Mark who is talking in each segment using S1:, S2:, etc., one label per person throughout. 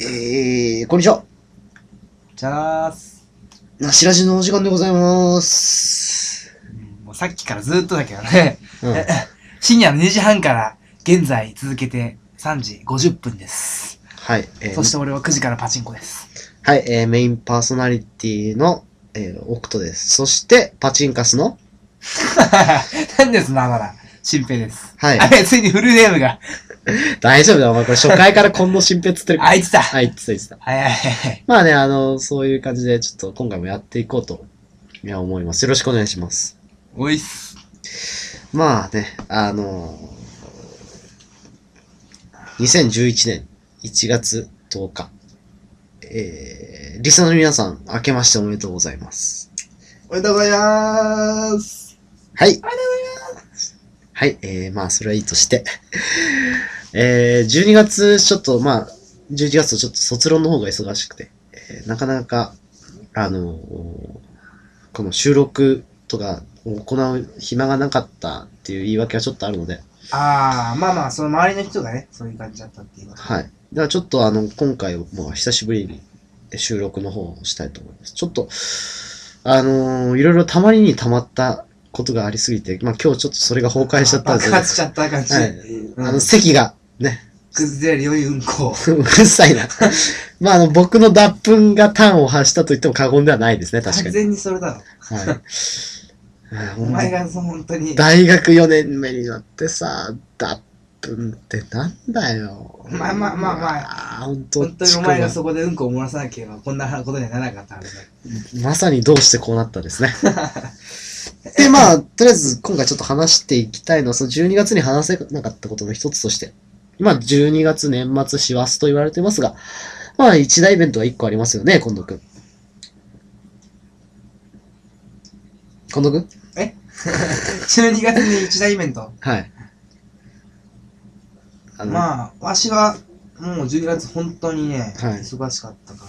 S1: えー、こんにちは。
S2: じゃあす、
S1: なしらじのお時間でございます。
S2: もうさっきからずっとだけどね、
S1: うん
S2: え深夜の2時半から現在続けて3時50分です。
S1: はい、えー
S2: そして俺は9時からパチンコ です。
S1: はい、えーメインパーソナリティの、えー、オクトです。そして、パチンカスの、
S2: 何ですなまだ。新平です。
S1: はい
S2: あれ、ついにフルネームが。
S1: 大丈夫だよ、お前これ初回から近藤新平っつってるから。
S2: あいつだ。 は
S1: はい、言ってた言ってた。
S2: いはいはい。
S1: まあね、あの、そういう感じで、ちょっと今回もやっていこうと、いや、思います。よろしくお願いします。
S2: おいっす。
S1: まあね、あの2011年1月10日、えー、リスナーの皆さん、明けましておめでとうございます。
S2: おめでとうございます。
S1: はい。
S2: おめで
S1: はい、えー、まあ、それはいいとして。 えー、12月、ちょっと、まあ、11月とちょっと卒論の方が忙しくて、えーなかなか、あのーこの収録とかを行う暇がなかったっていう言い訳はちょっとあるので、
S2: とうございます。あー、まあまあ、その周りの人がね、そういう感じだったっていうこと。
S1: はい。ではちょっとあの、今回も久しぶりに収録の方をしたいと思います。ちょっと、あのーいろいろたまりにたまったことがありすぎて、まあ今日ちょっとそれが崩壊しちゃったんですけ
S2: 爆
S1: ど
S2: 発しちゃった感じ。
S1: はい
S2: うん
S1: あの、席が、ね、
S2: 崩れるよいうんこ。
S1: うるさ いな。まあ、あの、僕の脱粉が端を発したと言っても過言ではないですね、確か
S2: 完
S1: に。
S2: 全にそれだろ。
S1: はい。あ
S2: お前がその本当に。
S1: 大学4年目になってさ、脱粉ってなんだよ。
S2: まあまあまあ
S1: あ。
S2: ま
S1: 本当
S2: 本当にお前がそこでうんこを漏らさなければこんなことにはならなかったはずだ。
S1: まさにどうしてこうなったですね。で、まあ、とりあ えず今回ちょっと話していきたいのは、その12月に話せなかったことの一つとして、まあ、12月年末師走と言われてますが、まあ、一大イベントが一個ありますよね、近藤くん。近藤くん
S2: 12月に一大イベント。
S1: はい。あの、
S2: まあ、わしはもう12月本当にね、
S1: はい
S2: 忙しかったか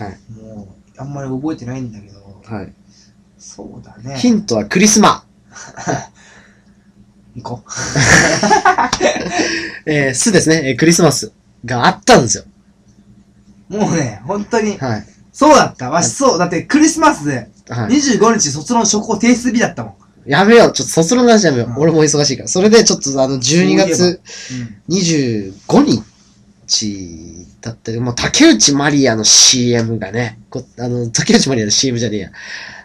S2: ら、
S1: はい。
S2: もうあんまり覚えてないんだけど、
S1: はい。
S2: そうだね。
S1: ヒントはクリスマ
S2: 行こう。
S1: えー、すですね、えークリスマスがあったんですよ。
S2: もうね、本当に、
S1: はい。
S2: そうだった。わしそう。だってクリスマスで
S1: はい。
S2: 25日卒論職を提出日だったもん。
S1: やめよう、ちょっと卒論の話やめよう。
S2: うん
S1: 俺も忙しいから。それでちょっとあの、12月25日だったけど、もう竹内まりやの CM がね、こあの、竹内まりやの CM じゃねえや。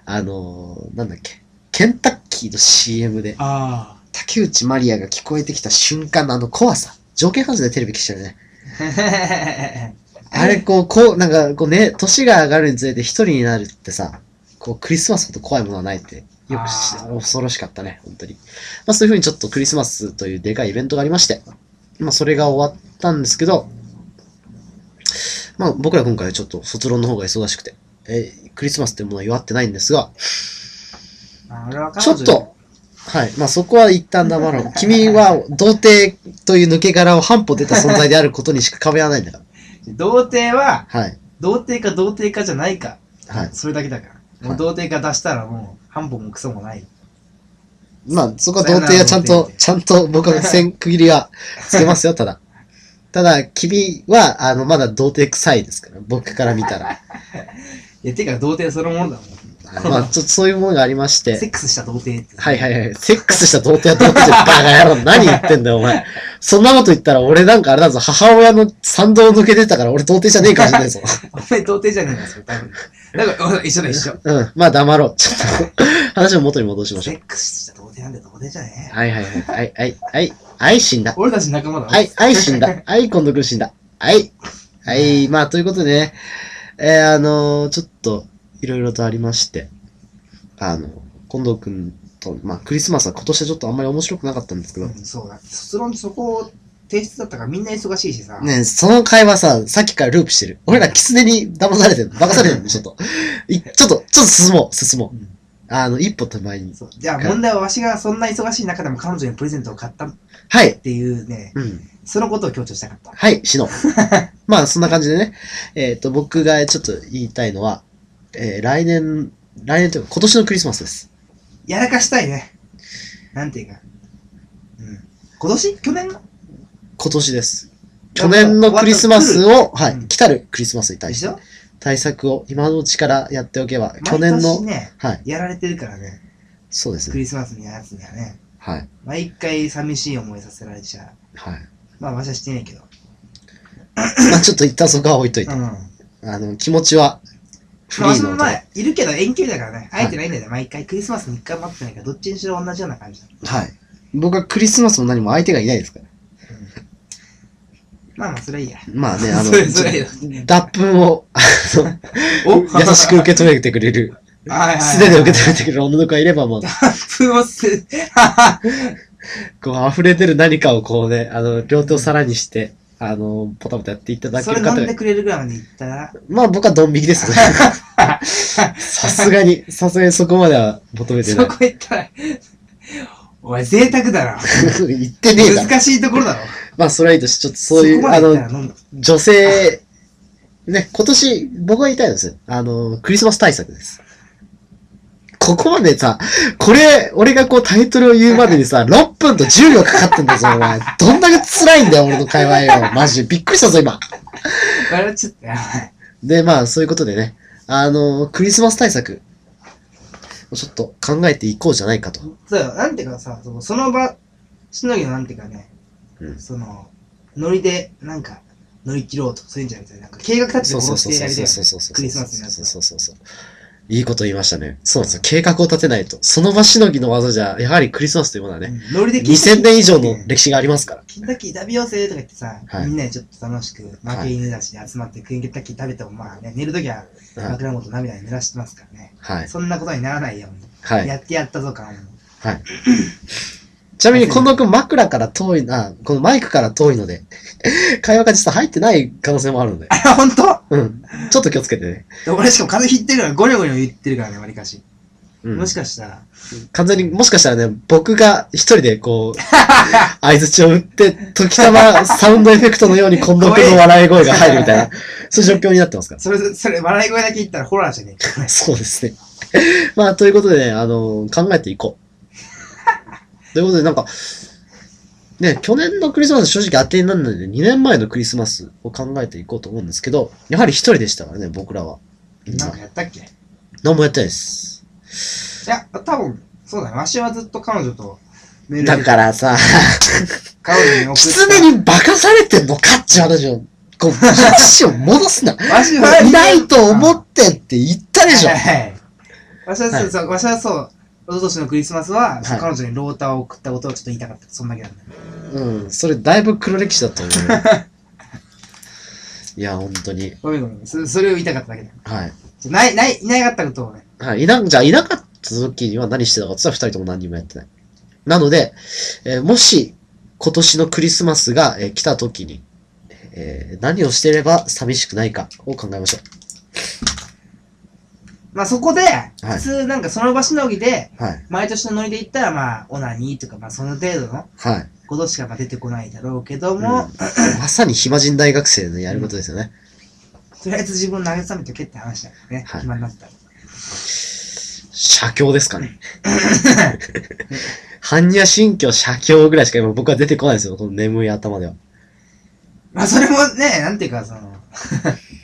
S1: あの、なんだっけ。ケンタッキーの CM で、
S2: あ
S1: 竹内まりやが聞こえてきた瞬間のあの怖さ。条件反射でテレビ消しちゃうよね。
S2: あ。
S1: あれ、こう、こう、なんか、こうね、年が上がるにつれて一人になるってさ、こう、クリスマスほど怖いものはないって、よくし
S2: あー
S1: 恐ろしかったね、本当に。まあ、そういうふうにちょっとクリスマスというでかいイベントがありまして、まあ、それが終わったんですけど、まあ、僕ら今回はちょっと卒論の方が忙しくて、えークリスマスっていうものは祝ってないんですが、
S2: あれは
S1: ち
S2: 彼
S1: ょ
S2: 女
S1: っと、はい。まあ、そこは一旦黙ろう。 君は、童貞という抜け殻を半歩出た存在であることにしか壁はないんだから。
S2: 童貞は、
S1: はい。
S2: 童貞か童貞かじゃないか。
S1: はい。
S2: それだけだから。
S1: は
S2: も
S1: いう
S2: 童貞化出したらもう、半歩もクソもない。
S1: まあ、そこは童貞はちゃんと、ちゃんと僕は線区切りはつけますよ、ただ。 ただ、君は、あの、まだ童貞臭いですから、僕から見たら。
S2: いや、てか童貞そのものだもん。
S1: まあ、ちょっとそういうものがありまし
S2: セ
S1: て。
S2: ックスした童貞って。
S1: はいはいはい。セックスした童貞は童貞じゃんバカ野郎。何言ってんだよ、お前。 そんなこと言ったら、俺なんかあれだぞ、母親の賛同を抜けてたから、俺童貞じゃねえかもしれないぞ。
S2: お前童貞じゃねえんだ、それ多分。だから、一緒だ一緒。
S1: うん。まあ、黙ろう。ちょっと、 話を元に戻しまし
S2: セ
S1: ょう。
S2: ックスした童貞なんだよ童貞じゃねえ。
S1: はいはいはい。はい、はい、はい。愛死んだ。
S2: 俺たち仲間だろ。
S1: はい、愛死んだ。はい、今度君死んだ。はい。はい、まあ、ということでね、えー、あのーちょっと、いろいろとありまして、あの、近藤君と、まあ、クリスマスは今年はちょっとあんまり面白くなかったんですけ
S2: う
S1: ど、
S2: んそうだ。卒論そこを提出だったからみんな忙しいしさ。
S1: ねえその会話さ、さっきからループしてる。俺らキツネに騙されてる。騙されてるちょっと。いちょっと、ちょっと進もう、進も
S2: うん
S1: う。あの、一歩手前に。
S2: そうじゃあ問題はわしがそんな忙しい中でも彼女にプレゼントを買ったっ
S1: はい。
S2: ていうね、
S1: うん。
S2: そのことを強調したかった。
S1: はい、しの。まあ、そんな感じでね。えっ、と、僕がちょっと言いたいのは、えー来年、来年というか今年のクリスマスです。
S2: やらかしたいね。なんていうか。うん。今年去年の
S1: 今年です。去年のクリスマスを、は
S2: う
S1: い、
S2: ん
S1: 来たるクリスマスに対
S2: で
S1: し、
S2: してょ
S1: 対策を今のうちからやっておけば、去
S2: 毎
S1: 年の、
S2: 年ね、
S1: はい、
S2: やられてるからね、
S1: そうです
S2: ク
S1: ね。
S2: リスマスのやつにはね、
S1: はい、
S2: 毎回寂しい思いさせられちゃう。
S1: はい。
S2: まあ、わしはしてねえけど。
S1: まあちょっと一旦そこは置いといて
S2: う、ん。
S1: あの、気持ちは、フリ
S2: まあ、
S1: ー
S2: そ
S1: の
S2: の
S1: 音で
S2: 前、いるけど遠距離だからね、
S1: はい
S2: 会えてないんだよね、毎回。クリスマスに一回待ってないから、どっちにしろ同じような感じだ。
S1: はい。僕はクリスマスも何も相手がいないですから。
S2: まあまあ、それはいいや。
S1: まあね、あの、
S2: それそれいいよ
S1: ちょっと脱粉を、あの、
S2: お
S1: 優しく受け止めてくれる、素手で受け止めてくれる女の子がいれば、もう、
S2: すもす、はは
S1: こう、溢れてる何かをこうね、あの、両手を皿にして、あの、ポタポタやっていただけ
S2: それ
S1: る
S2: 飲
S1: 方
S2: んで
S1: が、
S2: くれるぐらいまで行ったら、
S1: まあ僕はドン引きです ね。さすがに、さすがにそこまでは求めてな
S2: そ
S1: い
S2: こ。行ったら、お前贅沢だな。
S1: 言ってねえだろ。
S2: 難しいところだろ。
S1: まあそれはいいとして、ちょっとそういう、
S2: こま
S1: あ
S2: で行っ
S1: の
S2: た、ら飲む。
S1: 女性、ね、今年、僕が言いたいのはですよ。あの、クリスマス対策です。ここまでさ、これ、俺がこうタイトルを言うまでにさ、6分と10秒かかってんだぞ、お前。どんだけ辛いんだよ、俺の会話よ。マジで。びっくりしたぞ、今。
S2: 笑っちゃったよ。
S1: で、まあ、そういうことでね、あの、クリスマス対策、ちょっと考えていこうじゃないかと。
S2: そうよ、なんていうかさ、そのその場しのぎのなんていうかね、
S1: うん
S2: その、ノリで、なんか、乗り切ろうと、そういうんじゃなくて、なんか計画立てて
S1: そうそう
S2: 殺
S1: そ
S2: し
S1: うそ
S2: てや
S1: う
S2: りた
S1: そ
S2: いう
S1: そう
S2: よね
S1: そうそう。
S2: クリスマスのやつ
S1: そうそうそうそう。いいこと言いましたね。そうなんですよ。計画を立てないと。その場しのぎの技じゃ、やはりクリスマスというものはね、
S2: うんノリで
S1: 2000年以上の歴史がありますから。
S2: ケンタッキー食べようぜとか言ってさ、
S1: はい
S2: みんなでちょっと楽しく、負け犬だし集まって、ケンタッキー食べてもまあね、寝るときは
S1: はい。
S2: 枕元涙に濡らしてますからね。
S1: はい。
S2: そんなことにならないように、
S1: はい。
S2: やってやったぞ感を。
S1: ちなみに、近藤くん枕から遠いな、このマイクから遠いので、 会話が実は入ってない可能性もあるので、
S2: あ、ほんと
S1: うん。ちょっと気をつけてね。
S2: で俺しかも風邪ひいてるから、ゴリョゴリョ言ってるからね、わりかし。
S1: うん。
S2: もしかしたら、
S1: 完全に、もしかしたらね、僕が一人でこう、 合図を打って、時たまサウンドエフェクトのように近藤くんの笑い声が入るみたいな、そういう状況になってますから。
S2: それ、それ、笑い声だけ言ったらホラーじゃねえか。
S1: そうですね。まあ、ということでね、あの、考えていこ う。ということで、なんか、ね、去年のクリスマス正直当てにならないので、2年前のクリスマスを考えていこうと思うんですけど、やはり一人でしたからね、僕らは。
S2: なんかやったっけい
S1: 何もやってないです。
S2: や、多分、そうだね。わしはずっと彼女とメール
S1: だ
S2: で
S1: からさ、
S2: 彼女に送っ
S1: 狐に化かされてんのかっていう話を、こう、話を戻す な。
S2: た。わしは、
S1: いないと思ってって言ったでしょ
S2: はい。はいわしは
S1: は
S2: そ、
S1: いう
S2: そうわしはそう、おととしのクリスマスは、
S1: い
S2: 彼女にローターを送ったことをちょっと言いたかった。そんだけなんだよ。
S1: うん、それだいぶ黒歴史だと思うよ。 いや、本当に。
S2: ごめんごめん。そそれを言いたかっただけだよ。
S1: はい。
S2: ちょない、ない、いなかったことをね。
S1: はい、いな、じゃあいなかった時には何してたかって言ったら二人とも何にもやってない。なので、えーもし今年のクリスマスが、えー来た時に、えー何をしていれば寂しくないかを考えましょ
S2: まあそこで、
S1: い
S2: 普通なんかその場しのぎで、
S1: う。はい。
S2: 毎年のノリで言ったら、まあ、オナニーとか、まあその程度の
S1: はい。
S2: ことしかまあ出てこないだろうけど
S1: うん
S2: も、
S1: まさに暇人大学生のやることですよね。
S2: とりあえず自分を慰めておけって話だからね。
S1: はい
S2: 暇になったら。
S1: 写経ですか ね。般若心経写経ぐらいしか今僕は出てこないですよ。この眠い頭では。
S2: まあそれもね、なんていうか、その、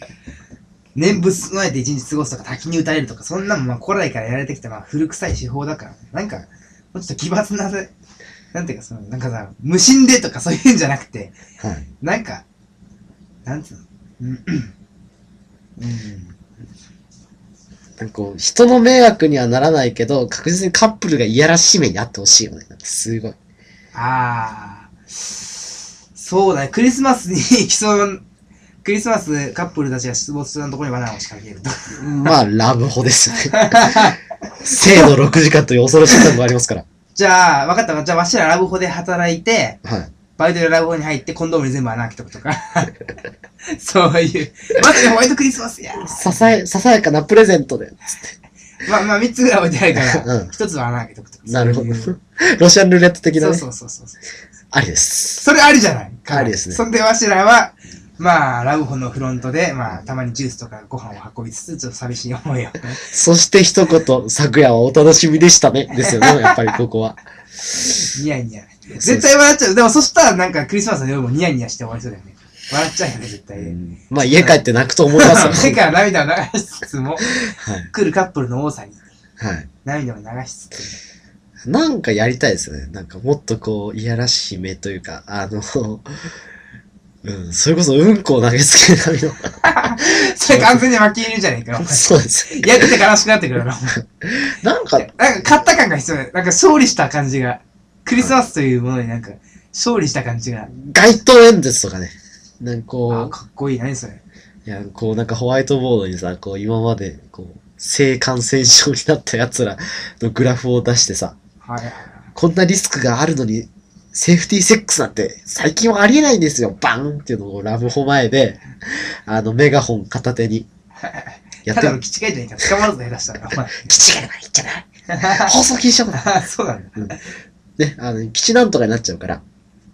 S2: 念仏唱えて一日過ごすとか滝に打たれるとか、そんなもんまあ古来からやられてきたまあ古臭い手法だから、なんか、もうちょっと奇抜なぜ、なんていうかその、なんかさ、無心でとかそういうんじゃなくて、
S1: はい。
S2: なんか、なんつうの、うん、うん、
S1: なんかこう、人の迷惑にはならないけど、確実にカップルがいやらしい目にあってほしいよね。なんかすごい。
S2: ああ、そうだね、クリスマスに行きそうな、クリスマスカップルたちが出没するようなところに罠を仕掛けると。
S1: まあ、ラブホですよね。生の6時間という恐ろしいタイムがありますから。
S2: じゃあ、わかったわ。じゃあ、わしらラブホで働いて、
S1: はい。
S2: バイトでラブホに入って、コンドームに全部穴開けとくとか。 そういう。まずね、ホワイトクリスマスや
S1: ささや、ささやかなプレゼントで。
S2: まあまあ、3つぐらい置いてあるから、
S1: うん。
S2: 1つは穴開けとくとか。
S1: なるほど
S2: そういう。
S1: ロシアンルーレット的な
S2: そう
S1: ね。
S2: そうそうそう。
S1: ありです。
S2: それありじゃない
S1: ありですね
S2: そんで、わしらは、まあ、ラブホのフロントで、まあ、たまにジュースとかご飯を運びつつ、ちょっと寂しい思 いを。
S1: そして一言、昨夜はお楽しみでしたね。ですよ ね、やっぱりここは。
S2: ニヤニヤ。絶対笑っちゃう。でも、そしたら、なんか、クリスマスの夜もニヤニヤして終わりそうだよね。笑っちゃうよね、絶対。
S1: うんまあ家帰って泣くと思いますよ。
S2: 目から涙を流しつつも、
S1: はい。
S2: 来るカップルの多さに
S1: はい。
S2: 涙を流しつつ
S1: なんかやりたいですよね。なんかもっとこう、いやらしい目というか、あの、うん、それこそうんこを投げつけられる よう
S2: も、それ完全に負け犬じゃねえかよお
S1: な。
S2: 前
S1: そうです。
S2: やってて悲しくなってくるな。
S1: なんか、
S2: なんか勝った感が必要だよなんか勝利した感じが。クリスマスというものになんか、勝利した感じが。
S1: 街頭演説とかね。なんか
S2: あ
S1: こ
S2: かっこいい、何それ。
S1: う、いや、こうなんかホワイトボードにさ、こう今まで、こう、性感染症になった奴らのグラフを出してさ、
S2: はいはい。
S1: こんなリスクがあるのに、セーフティーセックスなんて最近はありえないんですよ。バンっていうのをラブホ前で、あのメガホン片手に。やった
S2: だの
S1: て、
S2: 気違いじゃねえか。捕まるぞ、下手したら。お前
S1: 基地がないじゃない放送禁止用語だ
S2: あ そうなんだ。
S1: ね、あの、基地なんとかになっちゃうから、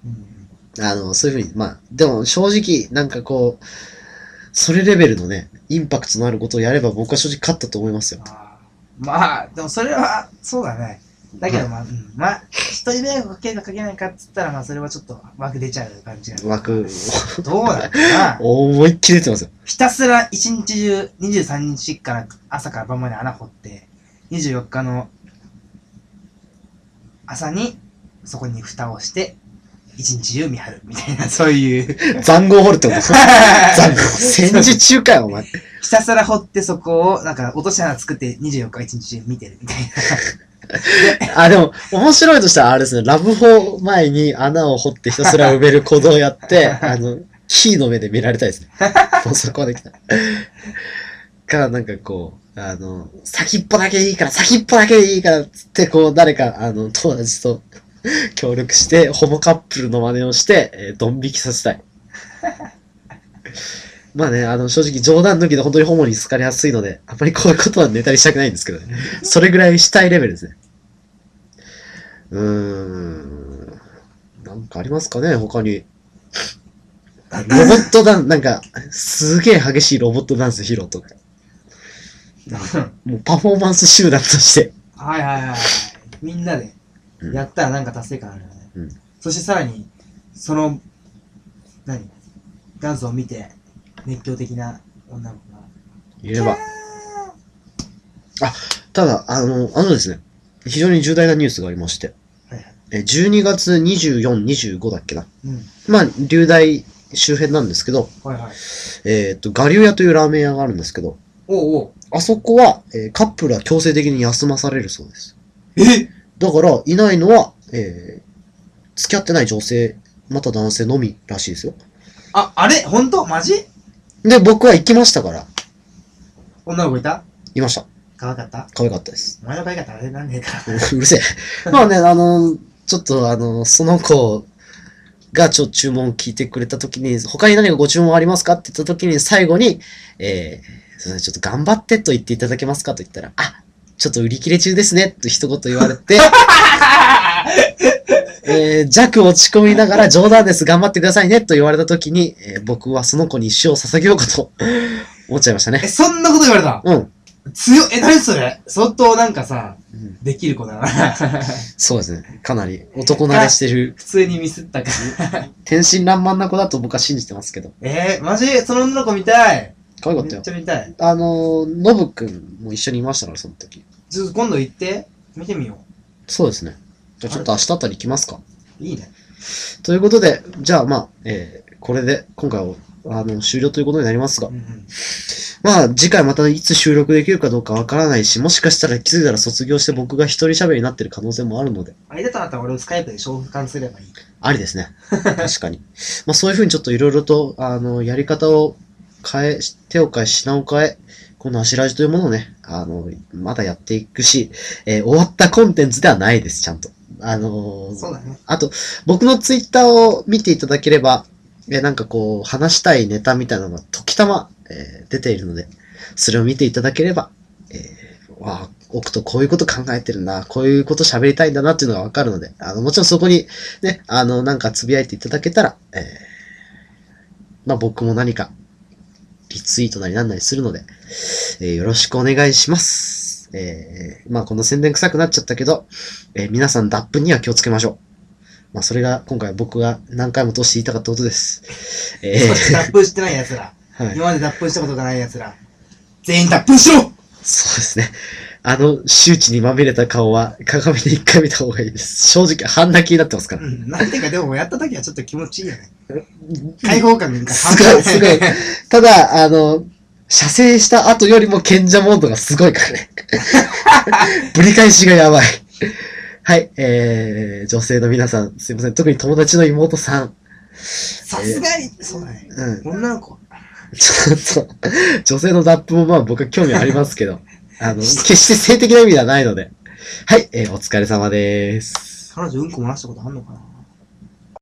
S2: うん
S1: あの、そういうふうに、まあ、でも正直、なんかこう、それレベルのね、インパクトのあることをやれば僕は正直勝ったと思いますよ。
S2: あーまあ、でもそれは、そうだね。だけどまあ、うんまあ、一人迷惑かけるかかけないかっつったら、まあ、それはちょっと枠出ちゃう感じが。
S1: 枠、
S2: どうだろうな。
S1: 思いっきり出てますよ。
S2: ひたすら一日中、23日から朝から晩まで穴掘って、24日の朝にそこに蓋をして、一日中見張るみたいな、そういう。
S1: 残酷掘るってこと残酷。戦時中かよ、お前。
S2: ひたすら掘ってそこを、なんか落とし穴作って24日一日中見てるみたい
S1: あ、でも、面白いとしたら、あれですね、ラブホ前に穴を掘ってひたすら埋める行動をやって、あの、キーの目で見られたいですね。もうそこまで来た。から、なんかこう、あの、先っぽだけでいいから、先っぽだけでいいから、つって、こう、誰か、あの、友達と 協力して、ホモカップルの真似をして、えードン引きさせたい。 まあね、あの、正直冗談抜きで本当にホモに好かれやすいので、あんまりこういうことはネタにしたくないんですけどね。
S2: な。
S1: それぐらいしたいレベルですね。うーん。なんかありますかね他 に。ロボットダンス、なんか、すげえ激しいロボットダンス披露とか。もうパフォーマンス集団として。
S2: はいはいはい。みんなで
S1: うん
S2: やったらなんか達成感あるよね。
S1: うん
S2: そしてさらに、その、何ダンスを見て熱狂的な女の子が。
S1: 言えば。ただ、あの、あのですね、非常に重大なニュースがありまして
S2: はいはい、
S1: え12月24、25だっけな。
S2: うん。
S1: まあ、流大周辺なんですけど、
S2: はいはい。
S1: えっ、と、我流屋というラーメン屋があるんですけど、
S2: おうおう。
S1: あそこは、えーカップルは強制的に休まされるそうです。
S2: え
S1: だから、いないのは、えー、付き合ってない女性、また男性のみらしいですよ。
S2: あ、あれほんとマジ
S1: で、僕は行きましたから、
S2: 女の子いた
S1: いました。
S2: 可愛かった
S1: 可愛かったです。
S2: お前の可愛かったらあれなんねえか
S1: うるせえ。まあね、あの、ちょっと、あの、その子が、ちょっと注文を聞いてくれたときに、他に何かご注文ありますかって言ったときに、最後に、えー、すいませんちょっと頑張ってと言っていただけますかと言ったら、あ、ちょっと売り切れ中ですね、と一言言われて、
S2: ら。
S1: えー弱落ち込みながら冗談です、頑張ってくださいねと言われたときに、えー僕はその子に一生を捧げようかと思っちゃいました
S2: え、
S1: ね。
S2: そんなこと言われた
S1: うん。
S2: 強っえ、何それ相当なんかさ、
S1: うん
S2: できる子だ な。
S1: そうですね。かなり男慣れしてる、
S2: 普通にミスったから。
S1: 天真爛漫な子だと僕は信じてますけど。
S2: えー、マジその女の子見たい。
S1: 可愛かった
S2: めっ
S1: よ
S2: ち。ゃ見たい。
S1: あのー、ノブくんも一緒にいましたから、その時。
S2: ちょっと今度行って、見てみよ
S1: そうですね。じゃあちょっと明日あたり行きますか。
S2: う。いいね。
S1: ということで、じゃあまあ、えーこれで今回は、あの、終了ということになりますが
S2: うん、うん。
S1: まあ次回またいつ収録できるかどうかわからないし、もしかしたら気づいたら卒業して僕が一人喋りになってる可能性もあるので、
S2: あれだとなったら俺をスカイプで召喚すればいい。
S1: あり ですね。確かに。まあそういうふうにちょっといろいろと、あの、やり方を変え、手を変え、品を変え、このあしらじというものをね、あの、まだやっていくし、えー終わったコンテンツではないです、ちゃんと。あのー
S2: そうだね。
S1: あと、僕のツイッターを見ていただければ、えーなんかこう、話したいネタみたいなのが時たま、えー出ているので、それを見ていただければ、えー、わあ、奥とこういうこと考えてるんだ、こういうこと喋りたいんだなっていうのがわかるので、あの、もちろんそこに、ね、あの、なんかつぶやいていただけたら、えーまあ僕も何か、リツイートなりなんなりするので、えーよろしくお願いします。えーまあこの宣伝臭くなっちゃったけど、えー皆さん脱粉には気をつけましょう。まあ、それが今回僕が何回も通して言いたかったことです。え
S2: そして脱粉してない奴ら。
S1: ーはい。
S2: 今まで脱粉したことがない奴ら。全員脱粉しろ
S1: そうですね。あの、周知にまみれた顔は鏡で一回見た方がいいです。正直、半泣きになってますから。
S2: うんなんていうか、でもやった時はちょっと気持ちいいよね。
S1: す
S2: 開放感が
S1: ごい、すごい。ただ、あの、射精した後よりも賢者モードがすごいからね。ぶり返しがやばい。はい、えー、女性の皆さん、すいません。特に友達の妹さん。
S2: さすがに、そうだね。
S1: うん。
S2: 女の子。
S1: ちょっと、女性のラップもまあ僕は興味ありますけど、あの、決して性的な意味ではないので。はい、えーお疲れ様です。
S2: 彼女うんこ漏らしたことあんのかな